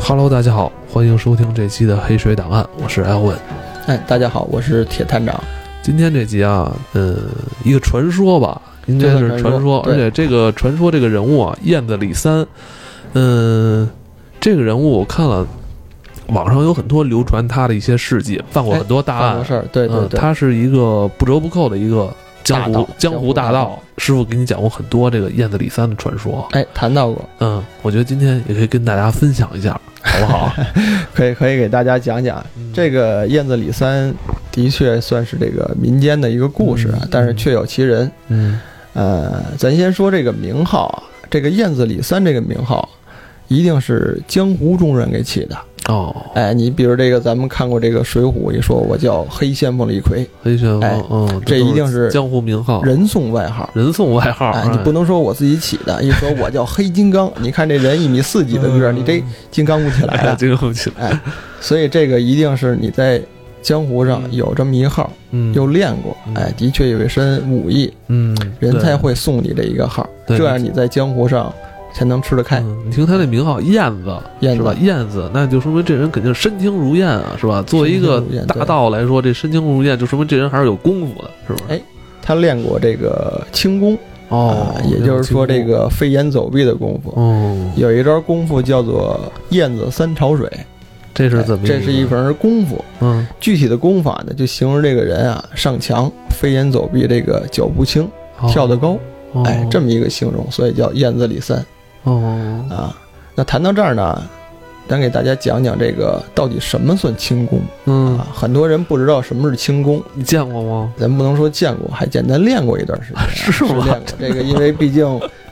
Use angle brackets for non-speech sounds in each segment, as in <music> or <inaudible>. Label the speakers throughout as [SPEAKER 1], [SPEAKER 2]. [SPEAKER 1] Hello，大家好，欢迎收听这期的《黑水档案》，我是 Elvin。
[SPEAKER 2] 哎，大家好，我是铁探长。
[SPEAKER 1] 今天这集啊，呃，一个传说吧，应该是
[SPEAKER 2] 这算
[SPEAKER 1] 传
[SPEAKER 2] 传
[SPEAKER 1] 说
[SPEAKER 2] 说，
[SPEAKER 1] 而
[SPEAKER 2] 对
[SPEAKER 1] 且这个传说这个人物啊，燕子李三，嗯、这个人物我看了，网上有很多流传他的一些事迹，办过很多大
[SPEAKER 2] 哎办
[SPEAKER 1] 案
[SPEAKER 2] 过，事儿，对对
[SPEAKER 1] 嗯，
[SPEAKER 2] 对，
[SPEAKER 1] 他是一个不折不扣的一个江
[SPEAKER 2] 大
[SPEAKER 1] 湖江
[SPEAKER 2] 盗
[SPEAKER 1] 湖大
[SPEAKER 2] 江湖大
[SPEAKER 1] 盗
[SPEAKER 2] 盗。
[SPEAKER 1] 师傅给你讲过很多这个燕子李三的传说，
[SPEAKER 2] 哎，谈到过，
[SPEAKER 1] 嗯，我觉得今天也可以跟大家分享一下，好不
[SPEAKER 2] <laughs>
[SPEAKER 1] 好？
[SPEAKER 2] 可以可以给大家讲讲这
[SPEAKER 1] 个
[SPEAKER 2] 个燕子李三，的确算是这个民间的一个故事啊，
[SPEAKER 1] 嗯
[SPEAKER 2] 但是确有其人。
[SPEAKER 1] 嗯
[SPEAKER 2] 呃，咱先说这个名号啊，这个燕子李三这个名号，啊一定是江湖中人给起的。
[SPEAKER 1] 哦，
[SPEAKER 2] 哎，你比如这个，咱们看过这个《水浒》，一说我叫黑先锋李逵，
[SPEAKER 1] 黑旋
[SPEAKER 2] 哎
[SPEAKER 1] 风，嗯，
[SPEAKER 2] 这
[SPEAKER 1] 都
[SPEAKER 2] 一定是
[SPEAKER 1] 江湖名号，
[SPEAKER 2] 人送外号。
[SPEAKER 1] 人送外号，啊
[SPEAKER 2] 哎，你不能说我自己起的，一说我叫黑金刚，你看这人一米四几的个儿，你这金刚不起来
[SPEAKER 1] 嗯哎
[SPEAKER 2] 啊。
[SPEAKER 1] 这个不起来，
[SPEAKER 2] 哎， <laughs> 所以这个一定是你在江湖上有这么一号，
[SPEAKER 1] 嗯，
[SPEAKER 2] 又练过
[SPEAKER 1] 嗯，
[SPEAKER 2] 哎，的确有一身武艺，
[SPEAKER 1] 嗯，
[SPEAKER 2] 人
[SPEAKER 1] 对
[SPEAKER 2] 才会送你这一个号，
[SPEAKER 1] 对
[SPEAKER 2] 这样你在江湖上才能吃得开。
[SPEAKER 1] 嗯你听他这名号燕子，
[SPEAKER 2] 燕子
[SPEAKER 1] 是吧？燕子，那就说明这人肯定身轻如燕啊，是吧？作为一个
[SPEAKER 2] 身轻如燕
[SPEAKER 1] 大
[SPEAKER 2] 对
[SPEAKER 1] 道来说，这身轻如燕，就说明这人还是有功夫的，是不是？
[SPEAKER 2] 哎他练过这个轻功，
[SPEAKER 1] 哦
[SPEAKER 2] 啊，也就是说这个飞檐走壁的功夫。
[SPEAKER 1] 哦，
[SPEAKER 2] 有一招功夫叫做燕子三潮水，
[SPEAKER 1] 这是
[SPEAKER 2] 哎
[SPEAKER 1] 怎么？
[SPEAKER 2] 这是一门功夫。
[SPEAKER 1] 嗯
[SPEAKER 2] 具体的功法呢，就形容这个人啊上墙飞檐走壁，这个脚步轻，
[SPEAKER 1] 哦
[SPEAKER 2] 跳得高，
[SPEAKER 1] 哦
[SPEAKER 2] 哎，这么一个形容，所以叫燕子李三。
[SPEAKER 1] 哦
[SPEAKER 2] 啊。那谈到这儿呢，咱给大家讲讲这个到底什么算轻功
[SPEAKER 1] 嗯
[SPEAKER 2] 啊，？很多人不知道什么是轻功，
[SPEAKER 1] 你见过吗？
[SPEAKER 2] 咱不能说见过，还简单练过一段时间啊、
[SPEAKER 1] <laughs> 是
[SPEAKER 2] 是
[SPEAKER 1] 吗
[SPEAKER 2] 练过这个，因为毕
[SPEAKER 1] <laughs>
[SPEAKER 2] 竟，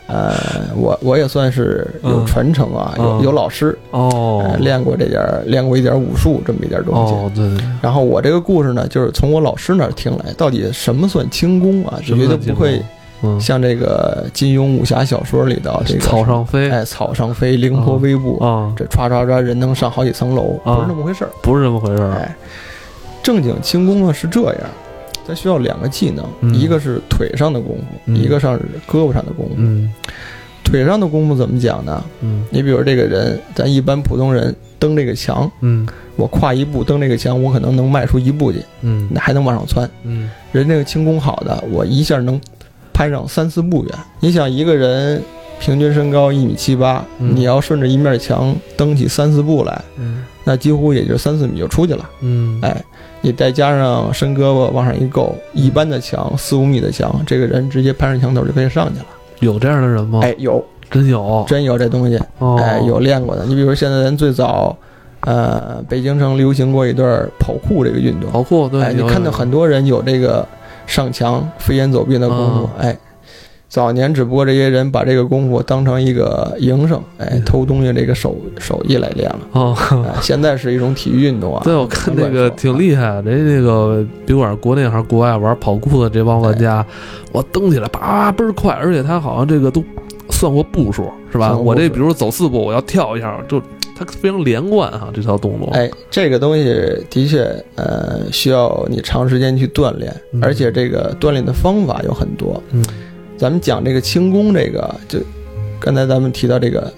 [SPEAKER 2] 呃，我我也算是有
[SPEAKER 1] 嗯
[SPEAKER 2] 传承啊，
[SPEAKER 1] 嗯
[SPEAKER 2] 有有老师、
[SPEAKER 1] 哦
[SPEAKER 2] 呃，练过这点儿，练过一点儿武术这么一点儿东西。
[SPEAKER 1] 哦，对对，对
[SPEAKER 2] 然后我这个故事呢，就是从我老师那儿听来，到底什么算轻功啊？
[SPEAKER 1] 什
[SPEAKER 2] 绝
[SPEAKER 1] 么
[SPEAKER 2] 对
[SPEAKER 1] 算轻
[SPEAKER 2] 不会
[SPEAKER 1] 嗯，
[SPEAKER 2] 像这个金庸武侠小说里的这个
[SPEAKER 1] 草上飞
[SPEAKER 2] 哎草上飞、凌波微步
[SPEAKER 1] 啊，
[SPEAKER 2] 这唰唰唰人能上好几层楼，
[SPEAKER 1] 啊
[SPEAKER 2] 不是那么回事儿。
[SPEAKER 1] 不是这么回事儿。
[SPEAKER 2] 哎，正经轻功呢是这样，它需要两个技能，
[SPEAKER 1] 嗯
[SPEAKER 2] 一个是腿上的功夫，
[SPEAKER 1] 嗯
[SPEAKER 2] 一个上是胳膊上的功夫。
[SPEAKER 1] 嗯
[SPEAKER 2] 腿上的功夫怎么讲呢？
[SPEAKER 1] 嗯
[SPEAKER 2] 你比如这个人，咱一般普通人蹬这个墙，
[SPEAKER 1] 嗯
[SPEAKER 2] 我跨一步蹬这个墙，我可能能迈出一步去，
[SPEAKER 1] 嗯
[SPEAKER 2] 那还能往上窜。
[SPEAKER 1] 嗯，
[SPEAKER 2] 人这个轻功好的，我一下能攀上三四步远。你想一个人。平均身高一米七八，
[SPEAKER 1] 嗯
[SPEAKER 2] 你要顺着一面墙蹬起三四步来，
[SPEAKER 1] 嗯
[SPEAKER 2] 那几乎也就三四米就出去了。
[SPEAKER 1] 嗯，
[SPEAKER 2] 哎，你再加上伸胳膊往上一够，一般的墙四五米的墙，这个人直接攀上墙头就可以上去了。
[SPEAKER 1] 有这样的人吗？
[SPEAKER 2] 哎，有
[SPEAKER 1] 真有，
[SPEAKER 2] 真有这东西，
[SPEAKER 1] 哦
[SPEAKER 2] 哎，有练过的。你比如现在咱最早，呃，北京城流行过一段跑酷这个运动，
[SPEAKER 1] 跑酷，对，
[SPEAKER 2] 哎，你
[SPEAKER 1] 有
[SPEAKER 2] 看
[SPEAKER 1] 有
[SPEAKER 2] 到很多人有这个上墙飞檐走壁的功夫，
[SPEAKER 1] 嗯
[SPEAKER 2] 哎。早年只不过这些人把这个功夫当成一个营生，哎，
[SPEAKER 1] 嗯
[SPEAKER 2] 偷东西这个手手艺来练了。 <laughs>
[SPEAKER 1] 哦，
[SPEAKER 2] 哎，现在是一种体育运动啊。
[SPEAKER 1] <laughs> 对，我看那
[SPEAKER 2] 难
[SPEAKER 1] 个
[SPEAKER 2] 怪说啊
[SPEAKER 1] 挺厉害，人家那个别管是国内还是国外玩跑酷的这帮玩
[SPEAKER 2] 哎
[SPEAKER 1] 家，我蹬起来叭倍儿快，而且他好像这个都算过步数，是吧？
[SPEAKER 2] 算过
[SPEAKER 1] 我这
[SPEAKER 2] 步数
[SPEAKER 1] 比如走四步，我要跳一下，就他非常连贯啊，这套动作。，
[SPEAKER 2] 哎，这个东西的确，呃，需要你长时间去锻炼
[SPEAKER 1] 嗯，
[SPEAKER 2] 而且这个锻炼的方法有很多。
[SPEAKER 1] 嗯
[SPEAKER 2] 咱们讲这个轻功，这个就刚才咱们提到这个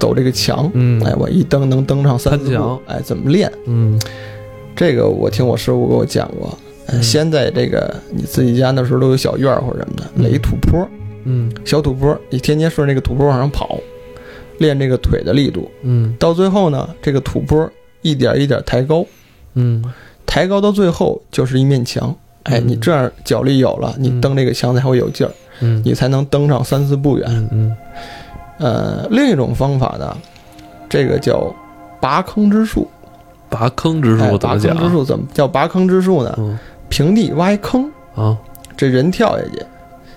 [SPEAKER 2] 走这个墙，
[SPEAKER 1] 嗯，
[SPEAKER 2] 哎，我一蹬能蹬上三
[SPEAKER 1] 攀
[SPEAKER 2] 四
[SPEAKER 1] 墙
[SPEAKER 2] 步，哎，怎么练？
[SPEAKER 1] 嗯
[SPEAKER 2] 这个我听我师傅给我讲过。哎
[SPEAKER 1] 嗯
[SPEAKER 2] 先在这个你自己家那时候都有小院儿或者什么的，
[SPEAKER 1] 嗯
[SPEAKER 2] 垒一土坡，
[SPEAKER 1] 嗯
[SPEAKER 2] 小土坡，你天天顺着这个土坡往上跑，练这个腿的力度。
[SPEAKER 1] 嗯
[SPEAKER 2] 到最后呢，这个土坡一点一点抬高，
[SPEAKER 1] 嗯
[SPEAKER 2] 抬高到最后就是一面墙。哎，
[SPEAKER 1] 嗯
[SPEAKER 2] 你这样脚力有了，你蹬这个墙才会有劲儿，
[SPEAKER 1] 嗯，
[SPEAKER 2] 你才能蹬上三四步远。
[SPEAKER 1] 嗯嗯
[SPEAKER 2] 呃，另一种方法呢，这个叫拔坑之术。
[SPEAKER 1] 拔坑之
[SPEAKER 2] 哎
[SPEAKER 1] 术，怎
[SPEAKER 2] 拔
[SPEAKER 1] 么
[SPEAKER 2] 坑
[SPEAKER 1] 讲？啊
[SPEAKER 2] 之术怎么叫拔坑之术呢？
[SPEAKER 1] 嗯
[SPEAKER 2] 平地挖一坑，
[SPEAKER 1] 啊，
[SPEAKER 2] 这人跳下去，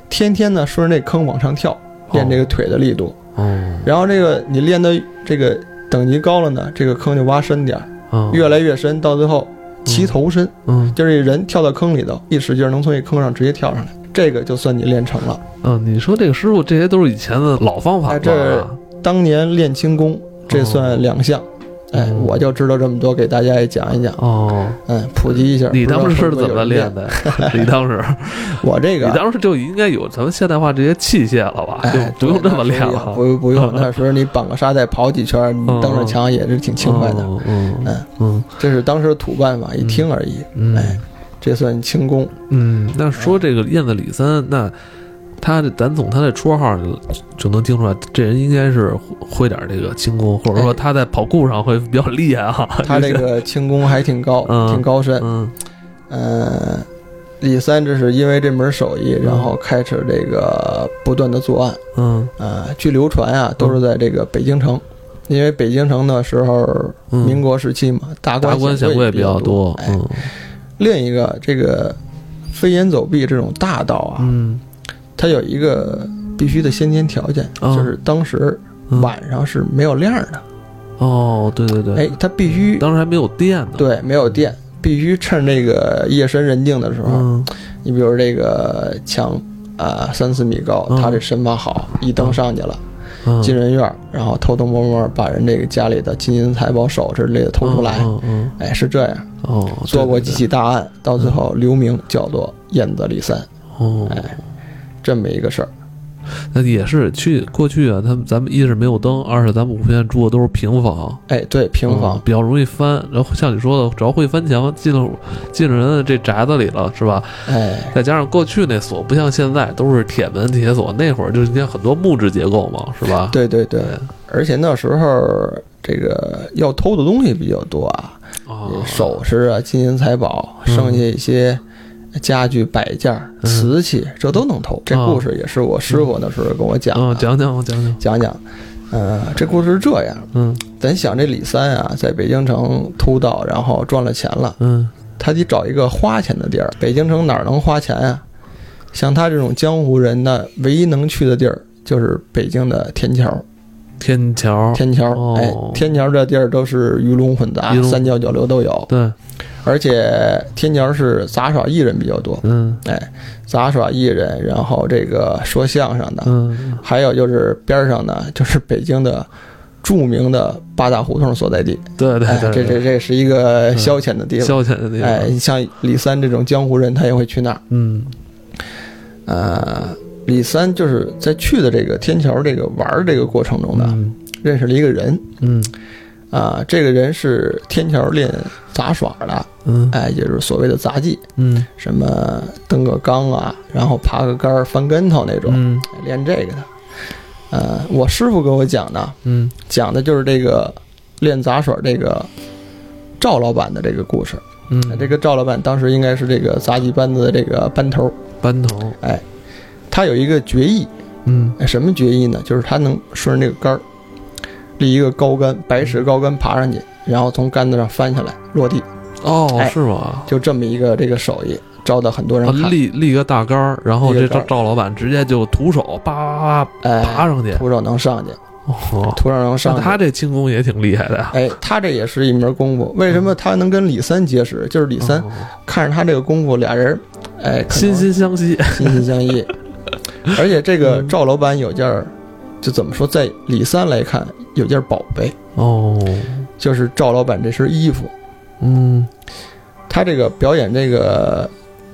[SPEAKER 2] 天天呢顺着这坑往上跳，练这个腿的力度。
[SPEAKER 1] 哦
[SPEAKER 2] 然后这个你练到这个等级高了呢，这个坑就挖深点儿，
[SPEAKER 1] 哦，
[SPEAKER 2] 越来越深，到最后齐头深。
[SPEAKER 1] 嗯
[SPEAKER 2] 就是人跳到坑里头，一使劲儿能从一坑上直接跳上来，这个就算你练成了。
[SPEAKER 1] 嗯，你说这个师傅，这些都是以前的老方法啊哦
[SPEAKER 2] 哎
[SPEAKER 1] 吧？
[SPEAKER 2] 这当年练轻功，这算两项。哎，我就知道这么多，给大家也讲一讲，
[SPEAKER 1] 哦，
[SPEAKER 2] 嗯，普及一下。
[SPEAKER 1] 你当时是
[SPEAKER 2] 不知
[SPEAKER 1] 怎么
[SPEAKER 2] 道会不会有人
[SPEAKER 1] 练
[SPEAKER 2] 练？ <laughs>
[SPEAKER 1] 的？你当时，
[SPEAKER 2] 我这
[SPEAKER 1] 你
[SPEAKER 2] 个啊，
[SPEAKER 1] 当时就应该有咱们现代化这些器械了吧？
[SPEAKER 2] <laughs> 哎，
[SPEAKER 1] <laughs> 就不用
[SPEAKER 2] 对
[SPEAKER 1] 这么啊练
[SPEAKER 2] 那时候
[SPEAKER 1] 了。
[SPEAKER 2] 不用
[SPEAKER 1] <laughs>
[SPEAKER 2] 不用，那时候你绑个沙袋跑几圈，你蹬着墙也是挺轻快的。
[SPEAKER 1] 哦，嗯嗯
[SPEAKER 2] 嗯
[SPEAKER 1] 嗯
[SPEAKER 2] 这是当时的土办法，一听而已。
[SPEAKER 1] 嗯
[SPEAKER 2] 哎，这算轻功。
[SPEAKER 1] <laughs> 嗯，那说这个燕子李三，那他这咱从他的绰号就能听出来，这人应该是会点这个轻功，或者说
[SPEAKER 2] 哎
[SPEAKER 1] 他在跑酷上会比较厉害啊。
[SPEAKER 2] 他这个轻功还挺高，
[SPEAKER 1] 嗯
[SPEAKER 2] 挺高深。
[SPEAKER 1] <laughs> 嗯
[SPEAKER 2] 嗯，李三这是因为这门手艺，然后开始这个不断的作案。
[SPEAKER 1] 嗯
[SPEAKER 2] 啊，据流传啊，都是在这个北京城，因为北京城那时候
[SPEAKER 1] 嗯，
[SPEAKER 2] 民国时期嘛，大
[SPEAKER 1] 达官
[SPEAKER 2] 显
[SPEAKER 1] 贵
[SPEAKER 2] 贵
[SPEAKER 1] 比
[SPEAKER 2] 较
[SPEAKER 1] 多。
[SPEAKER 2] 哎，
[SPEAKER 1] 嗯
[SPEAKER 2] 另一个这个飞檐走壁这种大道啊，
[SPEAKER 1] 嗯
[SPEAKER 2] 它有一个必须的先天条件，
[SPEAKER 1] 哦
[SPEAKER 2] 就是当时
[SPEAKER 1] 嗯
[SPEAKER 2] 晚上是没有亮的，
[SPEAKER 1] 哦，对对对，嗯
[SPEAKER 2] 哎，它必须
[SPEAKER 1] 当时还没有电呢。，
[SPEAKER 2] 对没有电，必须趁这个夜深人静的时候，
[SPEAKER 1] 嗯
[SPEAKER 2] 你比如这个墙。啊，三四米高，
[SPEAKER 1] 嗯
[SPEAKER 2] 他这身法好，一蹬上去了，
[SPEAKER 1] 嗯，
[SPEAKER 2] 进人院儿，然后偷偷摸摸把人这个家里的金银财宝、首饰之类的偷出来，
[SPEAKER 1] 嗯嗯
[SPEAKER 2] 哎，是这样，
[SPEAKER 1] 嗯哦，
[SPEAKER 2] 做过
[SPEAKER 1] 对
[SPEAKER 2] 几起大案，到最后留名叫做燕子李三，
[SPEAKER 1] 哦，
[SPEAKER 2] 哎，这么一个事儿。
[SPEAKER 1] 那也是去过去啊，他们咱们一是没有灯，二是咱们五福县住的都是平房，
[SPEAKER 2] 哎，对，平
[SPEAKER 1] 嗯
[SPEAKER 2] 房，
[SPEAKER 1] 比较容易翻。然后像你说的，只要会翻墙，进了进了人的这宅子里了，是吧？
[SPEAKER 2] 哎，
[SPEAKER 1] 再加上过去那锁不像现在都是铁门铁锁，那会儿就是应该很多木质结构嘛，是吧？
[SPEAKER 2] 对对对
[SPEAKER 1] 对，
[SPEAKER 2] 而且那时候这个要偷的东西比较多啊，
[SPEAKER 1] 啊，
[SPEAKER 2] 首饰啊、金银财宝，
[SPEAKER 1] 嗯
[SPEAKER 2] 剩下一些家具摆件儿、
[SPEAKER 1] 嗯
[SPEAKER 2] 瓷器，这都能偷。这
[SPEAKER 1] 啊
[SPEAKER 2] 故事也是我师傅那时候跟我讲
[SPEAKER 1] 嗯，
[SPEAKER 2] 的，
[SPEAKER 1] 讲讲我讲讲，
[SPEAKER 2] 讲讲。呃，这故事是这样，
[SPEAKER 1] 嗯
[SPEAKER 2] 咱想这李三啊，在北京城偷盗，然后赚了钱了，
[SPEAKER 1] 嗯
[SPEAKER 2] 他得找一个花钱的地儿。北京城哪儿能花钱啊？像他这种江湖人呢，唯一能去的地儿就是北京的天桥。
[SPEAKER 1] 天桥，
[SPEAKER 2] 天桥，
[SPEAKER 1] 哦
[SPEAKER 2] 哎，天桥这地儿都是鱼龙混杂
[SPEAKER 1] 鱼，龙
[SPEAKER 2] 三教九流都有，
[SPEAKER 1] 对，
[SPEAKER 2] 而且天桥是杂耍艺人比较多，
[SPEAKER 1] 嗯
[SPEAKER 2] 哎，杂耍艺人，然后这个说相声的，
[SPEAKER 1] 嗯
[SPEAKER 2] 还有就是边上呢， <laughs> 就是北京的著名的八大胡同所在地。
[SPEAKER 1] 对对
[SPEAKER 2] 哎，
[SPEAKER 1] 对，
[SPEAKER 2] 这这这是一个消遣的地
[SPEAKER 1] 对
[SPEAKER 2] 方。
[SPEAKER 1] 消遣的地
[SPEAKER 2] 哎，
[SPEAKER 1] 方，
[SPEAKER 2] 你像李三这种江湖人，他也会去那儿。
[SPEAKER 1] 嗯
[SPEAKER 2] 呃，李三就是在去的这个天桥这个玩儿这个过程中呢，
[SPEAKER 1] 嗯
[SPEAKER 2] 认识了一个人
[SPEAKER 1] 嗯
[SPEAKER 2] 啊、这个人是天桥练杂耍的，
[SPEAKER 1] 嗯
[SPEAKER 2] 哎，也就是所谓的杂技，
[SPEAKER 1] 嗯
[SPEAKER 2] 什么蹬个缸啊，然后爬个杆儿、翻跟头那种，
[SPEAKER 1] 嗯
[SPEAKER 2] 哎练这个的。呃，我师傅跟我讲的，
[SPEAKER 1] 嗯，
[SPEAKER 2] 讲的就是这个练杂耍这个赵老板的这个故事。
[SPEAKER 1] 嗯，
[SPEAKER 2] 哎这个赵老板当时应该是这个杂技班子的这个班头，
[SPEAKER 1] 班头，
[SPEAKER 2] 他有一个决议，
[SPEAKER 1] 嗯
[SPEAKER 2] 哎什么决议呢？就是他能顺着这个杆儿，立一个高杆，白石高杆爬上去，然后从杆子上翻下来落地，
[SPEAKER 1] 哦，
[SPEAKER 2] 哎
[SPEAKER 1] 是吗？
[SPEAKER 2] 就这么一个这个手艺，招到很多人
[SPEAKER 1] 啊，
[SPEAKER 2] 看，
[SPEAKER 1] 立立个大杆儿，然后
[SPEAKER 2] 立
[SPEAKER 1] 这
[SPEAKER 2] 个
[SPEAKER 1] 赵
[SPEAKER 2] 杆儿
[SPEAKER 1] 赵老板直接就徒手叭叭叭爬
[SPEAKER 2] 哎，
[SPEAKER 1] 上去。
[SPEAKER 2] 徒手能上去，
[SPEAKER 1] 哦，
[SPEAKER 2] 徒手能上
[SPEAKER 1] 那
[SPEAKER 2] 去。
[SPEAKER 1] 他这轻功也挺厉害的呀。
[SPEAKER 2] 哎，他这也是一门功夫。为什么他能跟李三结识？就是李三
[SPEAKER 1] 嗯哦
[SPEAKER 2] 看着他这个功夫，俩人，哎，可
[SPEAKER 1] 心
[SPEAKER 2] 能
[SPEAKER 1] 心相惜。
[SPEAKER 2] 心心相印。而且这个
[SPEAKER 1] 嗯
[SPEAKER 2] 赵老板有件儿，就怎么说，在李三来看有件宝贝，
[SPEAKER 1] <laughs> 哦，
[SPEAKER 2] 就是赵老板这身衣服。
[SPEAKER 1] 嗯
[SPEAKER 2] 他这个表演这个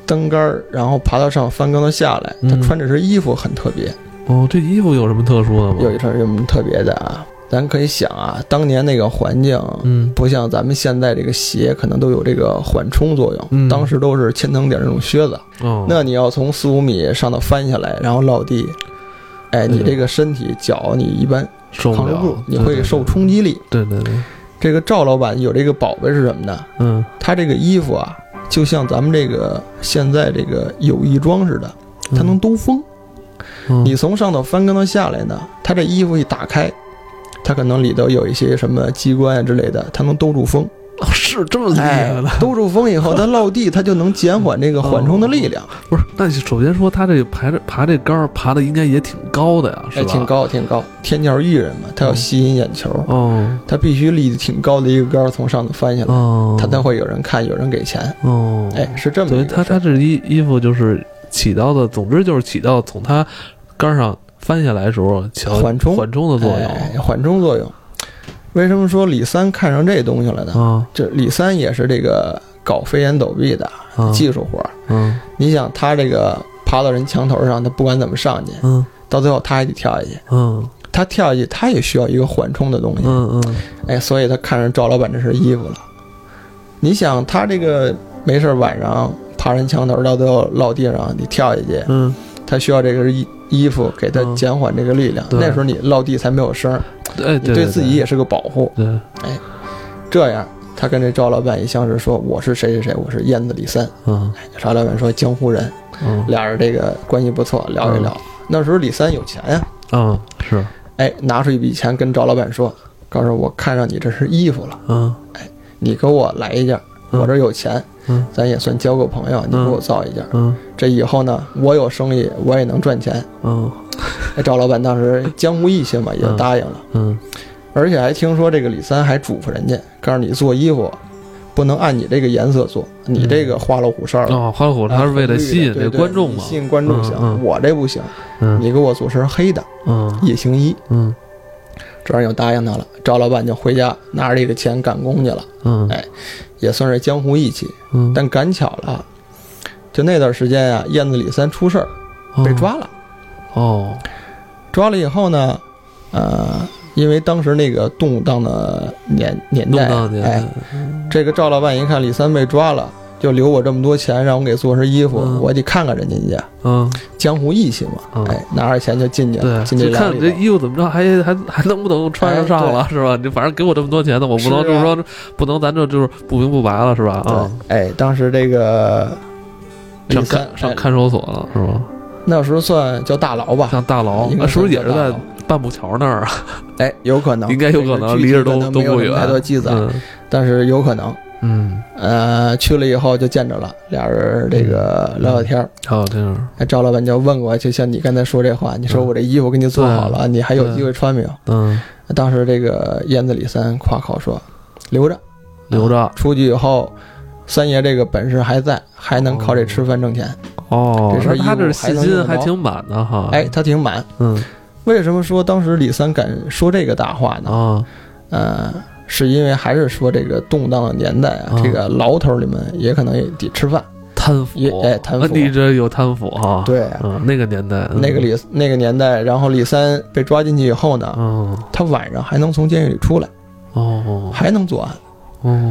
[SPEAKER 2] 登杆儿，然后爬到上翻跟头下来，他
[SPEAKER 1] 嗯
[SPEAKER 2] 穿这身衣服很特别，
[SPEAKER 1] 哦，这衣服有什么特殊的吗？
[SPEAKER 2] 有一身什么特别的啊？咱可以想啊，当年那个环境。
[SPEAKER 1] 嗯
[SPEAKER 2] 不像咱们现在这个鞋可能都有这个缓冲作用，
[SPEAKER 1] 嗯
[SPEAKER 2] 当时都是千层底儿那种靴子，
[SPEAKER 1] 哦，
[SPEAKER 2] 那你要从四五米上头翻下来，然后落地，哎，你
[SPEAKER 1] 嗯
[SPEAKER 2] 这个身体脚你一般
[SPEAKER 1] 受
[SPEAKER 2] 扛
[SPEAKER 1] 不
[SPEAKER 2] 不住
[SPEAKER 1] 了，，
[SPEAKER 2] 你
[SPEAKER 1] 对
[SPEAKER 2] 会受。冲击力。
[SPEAKER 1] 对对对对对，
[SPEAKER 2] 这个赵老板有这个宝贝是什么呢？
[SPEAKER 1] 嗯
[SPEAKER 2] 他这个衣服啊，就像咱们这个现在这个友谊装似的，它能兜风。
[SPEAKER 1] 嗯
[SPEAKER 2] 你从上头翻跟头下来呢，它这衣服一打开，它可能里头有一些什么机关啊之类的，它能兜住风。
[SPEAKER 1] 哦是这么厉害的。
[SPEAKER 2] 兜住风以后，它落地，它就能减缓这个缓冲的力量，
[SPEAKER 1] 不是，那首先说他这爬这爬这杆儿爬的应该也挺高的 <laughs> 呀，是
[SPEAKER 2] 哎，
[SPEAKER 1] 吧？
[SPEAKER 2] 挺。高挺高。天桥艺人嘛，他要吸引眼球，
[SPEAKER 1] 哦
[SPEAKER 2] 他必须立得挺高的一个杆儿从上头翻下来，
[SPEAKER 1] 哦，
[SPEAKER 2] 他才会有人看，有人给钱。
[SPEAKER 1] 哦，
[SPEAKER 2] 哎，是这么
[SPEAKER 1] 对
[SPEAKER 2] 一
[SPEAKER 1] 他
[SPEAKER 2] 个事
[SPEAKER 1] 他
[SPEAKER 2] 儿。
[SPEAKER 1] 这衣衣服就是起到的，总之就是起到从他杆儿上翻下来的时候起到
[SPEAKER 2] 缓冲哎
[SPEAKER 1] 缓冲的作用。
[SPEAKER 2] 哎，缓冲作用。为什么说李三看上这东西了呢？
[SPEAKER 1] 啊
[SPEAKER 2] 这李三也是这个搞飞檐走壁的
[SPEAKER 1] 啊，
[SPEAKER 2] 哎技术活儿。
[SPEAKER 1] 嗯
[SPEAKER 2] 你想，他这个爬到人墙头上，他不管怎么上去，
[SPEAKER 1] 嗯
[SPEAKER 2] 到最后他还得跳下去。
[SPEAKER 1] 嗯
[SPEAKER 2] 他跳下去，他也需要一个缓冲的东西。
[SPEAKER 1] 嗯嗯
[SPEAKER 2] 哎，所以他看上赵老板这身衣服了。你想，他这个没事儿晚上爬人墙头，到最后落地上，你跳下去，
[SPEAKER 1] 嗯，
[SPEAKER 2] 他需要这个衣衣服给他
[SPEAKER 1] 嗯
[SPEAKER 2] 减缓这个力量。
[SPEAKER 1] 对
[SPEAKER 2] 那时候你落地才没有声儿，
[SPEAKER 1] 哎，
[SPEAKER 2] 你对自己也是个保护。
[SPEAKER 1] 对，
[SPEAKER 2] 这样，他跟这赵老板一相识，说我是谁谁谁，我是燕子李三。
[SPEAKER 1] 嗯
[SPEAKER 2] 赵老板说江湖人，
[SPEAKER 1] 嗯
[SPEAKER 2] 俩人这个关系不错，聊一聊。那时候李三有钱呀、
[SPEAKER 1] 嗯是，
[SPEAKER 2] 哎，拿出一笔钱跟赵老板说，告诉我看上你这身衣服了，
[SPEAKER 1] 嗯
[SPEAKER 2] 你给我来一件，
[SPEAKER 1] 嗯
[SPEAKER 2] 我这有钱，
[SPEAKER 1] 嗯
[SPEAKER 2] 咱也算交个朋友，你给我造一件。
[SPEAKER 1] 嗯
[SPEAKER 2] 这以后呢，我有生意，我也能赚钱。 <laughs>
[SPEAKER 1] 嗯
[SPEAKER 2] 哎，赵老板当时江湖义气嘛，也就答应了，
[SPEAKER 1] 嗯
[SPEAKER 2] 而且还听说这个李三还嘱咐人家，告诉你做衣服。不能按你这个颜色做，你这个花里胡哨的。
[SPEAKER 1] 哦，花虎他是为了吸引这观众嘛
[SPEAKER 2] 对对你，吸引观众行，
[SPEAKER 1] 嗯嗯
[SPEAKER 2] 我这不行，
[SPEAKER 1] 嗯
[SPEAKER 2] 你给我做身黑的
[SPEAKER 1] 嗯
[SPEAKER 2] 夜行衣，
[SPEAKER 1] 嗯
[SPEAKER 2] 这样就答应他了。赵老板就回家拿着这个钱赶工去了，
[SPEAKER 1] 嗯
[SPEAKER 2] 也算是江湖义气。
[SPEAKER 1] 嗯，
[SPEAKER 2] 但赶巧了，就那段时间啊，燕子李三出事儿被抓了，
[SPEAKER 1] 哦，
[SPEAKER 2] 抓了以后呢，呃，因为当时那个动荡的年年
[SPEAKER 1] 弄
[SPEAKER 2] 代
[SPEAKER 1] 到
[SPEAKER 2] 啊，
[SPEAKER 1] 你，
[SPEAKER 2] 哎，这个赵老板一看李三被抓了，就留我这么多钱，让我给做身衣服，
[SPEAKER 1] 嗯
[SPEAKER 2] 我得看看人家家
[SPEAKER 1] 嗯，
[SPEAKER 2] 江湖义气嘛，
[SPEAKER 1] 嗯
[SPEAKER 2] 哎，拿着钱就进去了，
[SPEAKER 1] 对，
[SPEAKER 2] 进去
[SPEAKER 1] 哎就
[SPEAKER 2] 了
[SPEAKER 1] 看这衣服怎么着，还 <laughs> 还还能不能穿上上
[SPEAKER 2] 哎
[SPEAKER 1] 了是吧？你反正给我这么多钱呢，我不能就是说不能咱这就是不明不白了是吧？啊，
[SPEAKER 2] 啊对，哎，当时这个李
[SPEAKER 1] 上
[SPEAKER 2] 三
[SPEAKER 1] 看上
[SPEAKER 2] 哎
[SPEAKER 1] 看守所了是吧？
[SPEAKER 2] 那时候算叫大牢吧，
[SPEAKER 1] 上大牢，
[SPEAKER 2] 应该
[SPEAKER 1] 啊是不是也
[SPEAKER 2] 算
[SPEAKER 1] 是
[SPEAKER 2] 大
[SPEAKER 1] 在
[SPEAKER 2] 牢
[SPEAKER 1] 半步桥那儿啊？
[SPEAKER 2] 哎，有可能，
[SPEAKER 1] 应该有可能
[SPEAKER 2] 这个具体
[SPEAKER 1] 离着
[SPEAKER 2] 可
[SPEAKER 1] 都
[SPEAKER 2] 能
[SPEAKER 1] 都
[SPEAKER 2] 没有
[SPEAKER 1] 不
[SPEAKER 2] 什么
[SPEAKER 1] 远
[SPEAKER 2] 太多记载，
[SPEAKER 1] 嗯
[SPEAKER 2] 但是有可能。
[SPEAKER 1] 嗯，
[SPEAKER 2] 呃，去了以后就见着了，俩人这个聊聊天儿。
[SPEAKER 1] 哦这样，
[SPEAKER 2] 哎，赵老板就问过，就像你刚才说这话，你说
[SPEAKER 1] 嗯
[SPEAKER 2] 我这衣服给你做好了，你还有机会穿没有？
[SPEAKER 1] 嗯，
[SPEAKER 2] 当时这个燕子李三夸口说，留着，
[SPEAKER 1] 留着
[SPEAKER 2] 出去以后，三爷这个本事还在，还能靠这吃饭挣钱。
[SPEAKER 1] 哦
[SPEAKER 2] 这，身
[SPEAKER 1] 那
[SPEAKER 2] 衣
[SPEAKER 1] 他这
[SPEAKER 2] 服还
[SPEAKER 1] 信
[SPEAKER 2] 能
[SPEAKER 1] 心
[SPEAKER 2] 用
[SPEAKER 1] 还
[SPEAKER 2] 着
[SPEAKER 1] 挺满的哈。
[SPEAKER 2] 哎，，他挺满。
[SPEAKER 1] 嗯
[SPEAKER 2] 为什么说当时李三敢说这个大话呢？
[SPEAKER 1] 啊，
[SPEAKER 2] 呃，是因为还是说这个动荡的年代啊，
[SPEAKER 1] 啊
[SPEAKER 2] 这个牢头里们也可能也得吃饭。
[SPEAKER 1] 贪
[SPEAKER 2] 也
[SPEAKER 1] 腐，
[SPEAKER 2] 哎贪腐
[SPEAKER 1] 啊你这有贪腐哈？，
[SPEAKER 2] 对，
[SPEAKER 1] 嗯，那个年代，嗯
[SPEAKER 2] 那个，李那个年代，然后李三被抓进去以后呢，
[SPEAKER 1] 嗯，
[SPEAKER 2] 他晚上还能从监狱里出来，
[SPEAKER 1] 哦
[SPEAKER 2] 还能作案。
[SPEAKER 1] 哦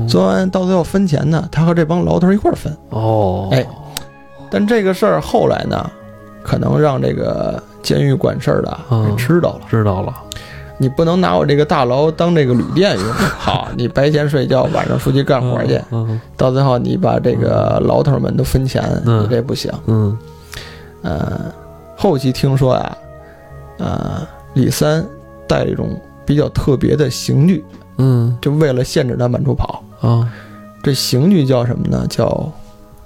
[SPEAKER 2] 作案到最后分钱呢，他和这帮牢头一块儿分。
[SPEAKER 1] 哦，
[SPEAKER 2] 哎，但这个事儿后来呢，可能让这个监狱管事儿的啊
[SPEAKER 1] 嗯
[SPEAKER 2] 给知道了。
[SPEAKER 1] 知道了，
[SPEAKER 2] 你不能拿我这个大牢当这个旅
[SPEAKER 1] <laughs>
[SPEAKER 2] 店用。好，你白天睡觉，晚上出去干活去，
[SPEAKER 1] 嗯
[SPEAKER 2] 到最后你把这个牢头们都分钱，
[SPEAKER 1] 嗯
[SPEAKER 2] 你这不行。
[SPEAKER 1] 嗯
[SPEAKER 2] 呃，后期听说啊，呃，李三带了一种比较特别的刑具，
[SPEAKER 1] 嗯
[SPEAKER 2] 就为了限制他满处跑。
[SPEAKER 1] 啊，
[SPEAKER 2] 这刑具叫什么呢？叫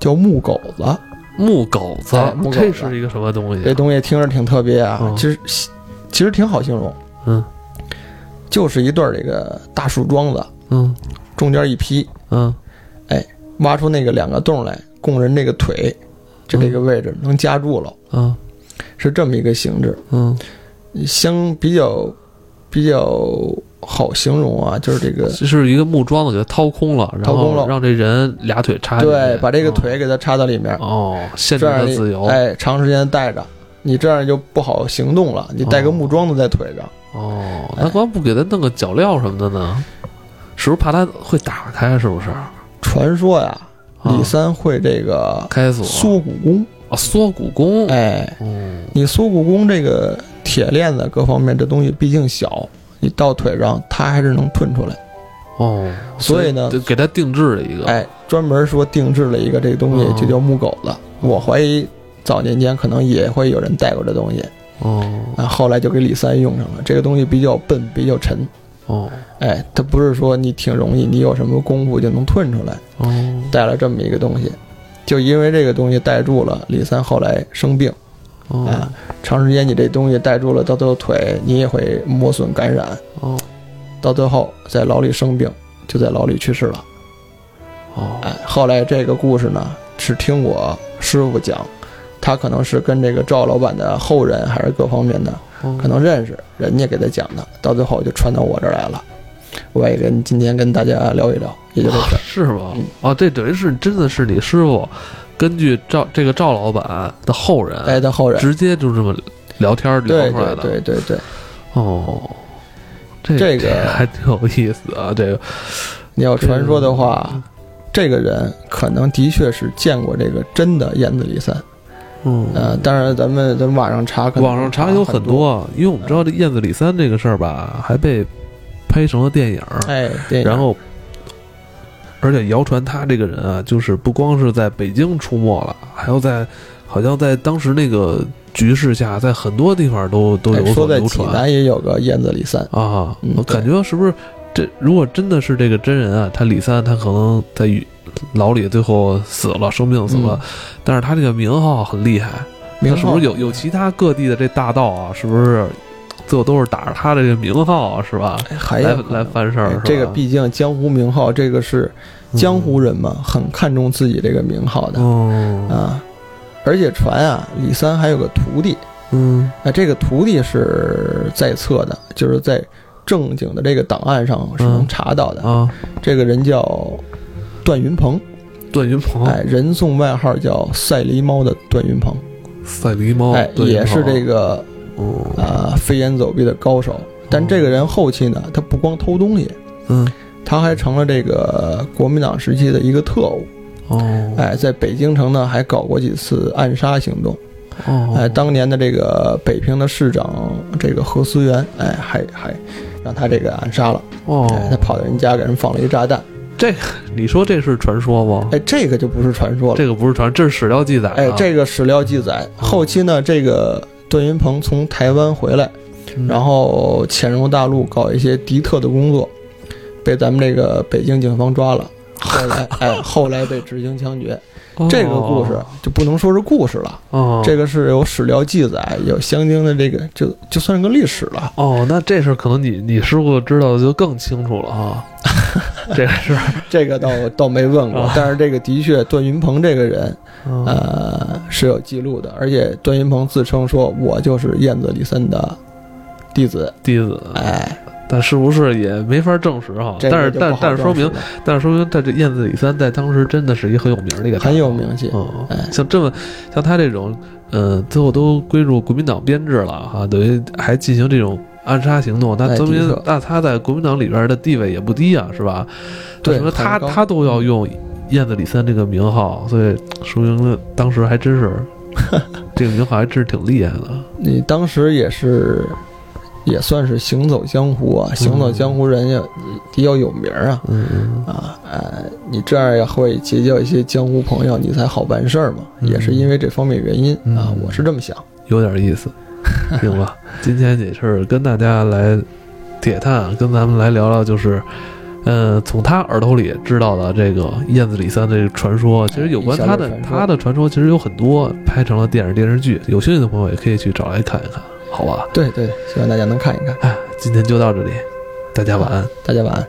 [SPEAKER 2] 叫木狗
[SPEAKER 1] 哎
[SPEAKER 2] 子。
[SPEAKER 1] 木狗子
[SPEAKER 2] 哎，木狗子
[SPEAKER 1] 这是一个什么东西？
[SPEAKER 2] 这东西听着挺特别啊，
[SPEAKER 1] 嗯
[SPEAKER 2] 其实其实挺好形容，
[SPEAKER 1] 嗯，
[SPEAKER 2] 就是一段这个大树桩子，
[SPEAKER 1] 嗯
[SPEAKER 2] 中间一劈，
[SPEAKER 1] 嗯
[SPEAKER 2] 挖出那个两个洞来，供人这个腿，就这个位置能夹住了，
[SPEAKER 1] 嗯
[SPEAKER 2] 是这么一个形制。
[SPEAKER 1] 嗯，
[SPEAKER 2] 相比较比较好形容啊，就是这个
[SPEAKER 1] 这是一个木桩子给它掏空了，然
[SPEAKER 2] 掏空
[SPEAKER 1] 后
[SPEAKER 2] 了
[SPEAKER 1] 让这人俩腿插进去，
[SPEAKER 2] 对，把这个
[SPEAKER 1] 嗯
[SPEAKER 2] 腿给它插到里面，
[SPEAKER 1] 哦限制
[SPEAKER 2] 这
[SPEAKER 1] 他
[SPEAKER 2] 样
[SPEAKER 1] 自由
[SPEAKER 2] 你，哎，长时间戴着，你这样就不好行动了。你带个
[SPEAKER 1] 哦
[SPEAKER 2] 木桩子在腿上，
[SPEAKER 1] 哦，那光不给他弄个脚镣什么的呢？是不是怕他会打开？是不是？
[SPEAKER 2] 传说呀，
[SPEAKER 1] 啊
[SPEAKER 2] 李三会这个
[SPEAKER 1] 开锁
[SPEAKER 2] 缩骨功，
[SPEAKER 1] 啊，缩骨功，
[SPEAKER 2] 哎，
[SPEAKER 1] 哦，
[SPEAKER 2] 你缩骨功这个铁链子各方面这东西毕竟小，你到腿上它还是能吞出来。
[SPEAKER 1] 哦，
[SPEAKER 2] 所以呢
[SPEAKER 1] 就给他定制了一个，
[SPEAKER 2] 哎，专门说定制了一个这东
[SPEAKER 1] 哦
[SPEAKER 2] 西，就叫木狗子。我怀疑早年间可能也会有人带过这东西，
[SPEAKER 1] 哦
[SPEAKER 2] 啊，后来就给李三用上了。这个东西比较笨，比较沉，
[SPEAKER 1] 哦
[SPEAKER 2] 哎，它不是说你挺容易，你有什么功夫就能吞出来。
[SPEAKER 1] 哦
[SPEAKER 2] 带了这么一个东西，就因为这个东西带住了李三，后来生病。
[SPEAKER 1] 哦
[SPEAKER 2] 啊，长时间你这东西戴住了，到最后腿你也会磨损感染，
[SPEAKER 1] 哦
[SPEAKER 2] 到最后在牢里生病，就在牢里去世了。
[SPEAKER 1] 哦
[SPEAKER 2] 哎，后来这个故事呢，是听我师傅讲，他可能是跟这个赵老板的后人还是各方面的，
[SPEAKER 1] 哦，
[SPEAKER 2] 可能认识，人家给他讲的，到最后就传到我这儿来了。回来跟今天跟大家聊一聊，也就这事儿。
[SPEAKER 1] 是吗
[SPEAKER 2] 嗯？
[SPEAKER 1] 哦，这等于是真的是你师傅根据赵这个赵老板的后人，
[SPEAKER 2] 哎，的后人，
[SPEAKER 1] 直接就这么聊天儿聊
[SPEAKER 2] 对
[SPEAKER 1] 出来
[SPEAKER 2] 对
[SPEAKER 1] 的。
[SPEAKER 2] 对对对，
[SPEAKER 1] 哦，这
[SPEAKER 2] 这个
[SPEAKER 1] 还挺有意思啊，这个
[SPEAKER 2] 你要传说的话，这个人可能的确是见过这个真的燕子李三。
[SPEAKER 1] 嗯。
[SPEAKER 2] 呃，当然咱们咱们网上查可能，
[SPEAKER 1] 网上查有很
[SPEAKER 2] 很。
[SPEAKER 1] 多，因为我们知道这燕子李三这个事儿吧，还被拍成了电影儿，
[SPEAKER 2] 哎，电影
[SPEAKER 1] 然后，而且谣传他这个人啊，就是不光是在北京出没了，还要在好像在当时那个局势下，在很多地方都都
[SPEAKER 2] 哎
[SPEAKER 1] 有所
[SPEAKER 2] 说在
[SPEAKER 1] 流
[SPEAKER 2] 济
[SPEAKER 1] 传
[SPEAKER 2] 南也有个燕子李三，
[SPEAKER 1] 啊。
[SPEAKER 2] 嗯
[SPEAKER 1] 我
[SPEAKER 2] 对
[SPEAKER 1] 感觉是不是这如果真的是这个真人啊，他李三他可能在狱牢里最后死了，生病死了，但是他这个名号很厉害，
[SPEAKER 2] 嗯名
[SPEAKER 1] 他是不
[SPEAKER 2] 号
[SPEAKER 1] 是有有其他各地的这大盗啊？是不是最后都是打着他的这个名号啊？是吧？
[SPEAKER 2] 哎还有
[SPEAKER 1] 来
[SPEAKER 2] 可能
[SPEAKER 1] 来翻事儿、是
[SPEAKER 2] 哎
[SPEAKER 1] 吧嗯
[SPEAKER 2] 这个毕竟江湖名号，这个是江湖人嘛，很看重自己这个名号的
[SPEAKER 1] 哦，
[SPEAKER 2] 啊。而且传啊，李三还有个徒弟，
[SPEAKER 1] 嗯
[SPEAKER 2] 哎，这个徒弟是在册的，就是在正经的这个档案上是能
[SPEAKER 1] 嗯
[SPEAKER 2] 查到的。
[SPEAKER 1] 啊，
[SPEAKER 2] 这个人叫段云鹏，
[SPEAKER 1] 段云鹏，
[SPEAKER 2] 哎，人送外号叫赛狸猫的段云鹏，
[SPEAKER 1] 赛狸猫，
[SPEAKER 2] 哎，
[SPEAKER 1] 哦段云
[SPEAKER 2] 也
[SPEAKER 1] 鹏
[SPEAKER 2] 是
[SPEAKER 1] 啊
[SPEAKER 2] 这，个
[SPEAKER 1] 哦，
[SPEAKER 2] 啊飞檐走壁的高手。但这个人后期呢，他不光偷东西，
[SPEAKER 1] 嗯，
[SPEAKER 2] 他还成了这个国民党时期的一个特务。
[SPEAKER 1] 哦，
[SPEAKER 2] 哎，在北京城呢，还搞过几次暗杀行动。
[SPEAKER 1] 哦，
[SPEAKER 2] 哎，当年的这个北平的市长这个何思源，哎，还还让他这个暗杀了。哎，他
[SPEAKER 1] 哦，
[SPEAKER 2] 跑到人家给人放了一炸弹。
[SPEAKER 1] 你说这是传说吗？
[SPEAKER 2] 哎，这个就不是传说了。
[SPEAKER 1] 这个不是传，这是史料记载啊。哦
[SPEAKER 2] 哎，这个史料记载，后期呢，这个段云鹏从台湾回来，
[SPEAKER 1] 嗯
[SPEAKER 2] 然后潜入大陆搞一些敌特的工作，被咱们这个北京警方抓了。后来，哎，后来被执行枪决。这个故事就不能说是故事了，
[SPEAKER 1] 哦，
[SPEAKER 2] 这个是有史料记载，有相应的这个，就就算是个历史了。
[SPEAKER 1] 哦，那这事儿可能你你师傅知道的就更清楚了
[SPEAKER 2] <laughs>
[SPEAKER 1] 啊。这个是，
[SPEAKER 2] 这个倒
[SPEAKER 1] <laughs>
[SPEAKER 2] 倒没问过
[SPEAKER 1] 啊，
[SPEAKER 2] 但是这个的确，段云鹏这个人，
[SPEAKER 1] 嗯
[SPEAKER 2] 呃，是有记录的，而且段云鹏自称说我就是燕子李三的弟子，
[SPEAKER 1] 弟子，
[SPEAKER 2] 哎，
[SPEAKER 1] 但是不是也没法证实哈？
[SPEAKER 2] 这
[SPEAKER 1] 哦但
[SPEAKER 2] 个
[SPEAKER 1] 是
[SPEAKER 2] 就
[SPEAKER 1] 但
[SPEAKER 2] 不好
[SPEAKER 1] 但是说
[SPEAKER 2] 证实
[SPEAKER 1] 明，
[SPEAKER 2] 了
[SPEAKER 1] 但是说明在这燕子李三在当时真的是一个很有名儿的一个大
[SPEAKER 2] 很有
[SPEAKER 1] 佬
[SPEAKER 2] 名气，
[SPEAKER 1] 嗯
[SPEAKER 2] 哎，
[SPEAKER 1] 像这么像他这种，呃，最后都归入国民党编制了哈，等于还进行这种暗杀行动，那
[SPEAKER 2] 哎
[SPEAKER 1] 说明
[SPEAKER 2] 的确
[SPEAKER 1] 那他在国民党里边的地位也不低啊，是吧？
[SPEAKER 2] 对
[SPEAKER 1] 那说明他
[SPEAKER 2] 很高
[SPEAKER 1] 他都要用燕子李三这个名号，所以说明了当时还真
[SPEAKER 2] <laughs>
[SPEAKER 1] 是这个名号还真是挺厉害的。
[SPEAKER 2] 你当时也是。也算是行走江湖啊，行走江湖人也也要有名儿啊
[SPEAKER 1] 嗯，
[SPEAKER 2] 啊！哎，你这样也会结交一些江湖朋友，你才好办事儿嘛。
[SPEAKER 1] 嗯
[SPEAKER 2] 也是因为这方面原因啊
[SPEAKER 1] 嗯，
[SPEAKER 2] 我是这么想。
[SPEAKER 1] 有点意
[SPEAKER 2] <laughs>
[SPEAKER 1] 思，行吧？今天也是跟大家来铁探，啊跟咱们来聊聊，就是，呃，从他耳朵里知道的这个燕子李三的这个传说，其实有关他的
[SPEAKER 2] 哎一小段传说
[SPEAKER 1] 他的传说，其实有很多拍成了电影电视剧，有兴趣的朋友也可以去找来看一看，好吧？
[SPEAKER 2] 对对，希望大家能看一看。
[SPEAKER 1] 哎，今天就到这里，大家晚安。
[SPEAKER 2] 大家晚安。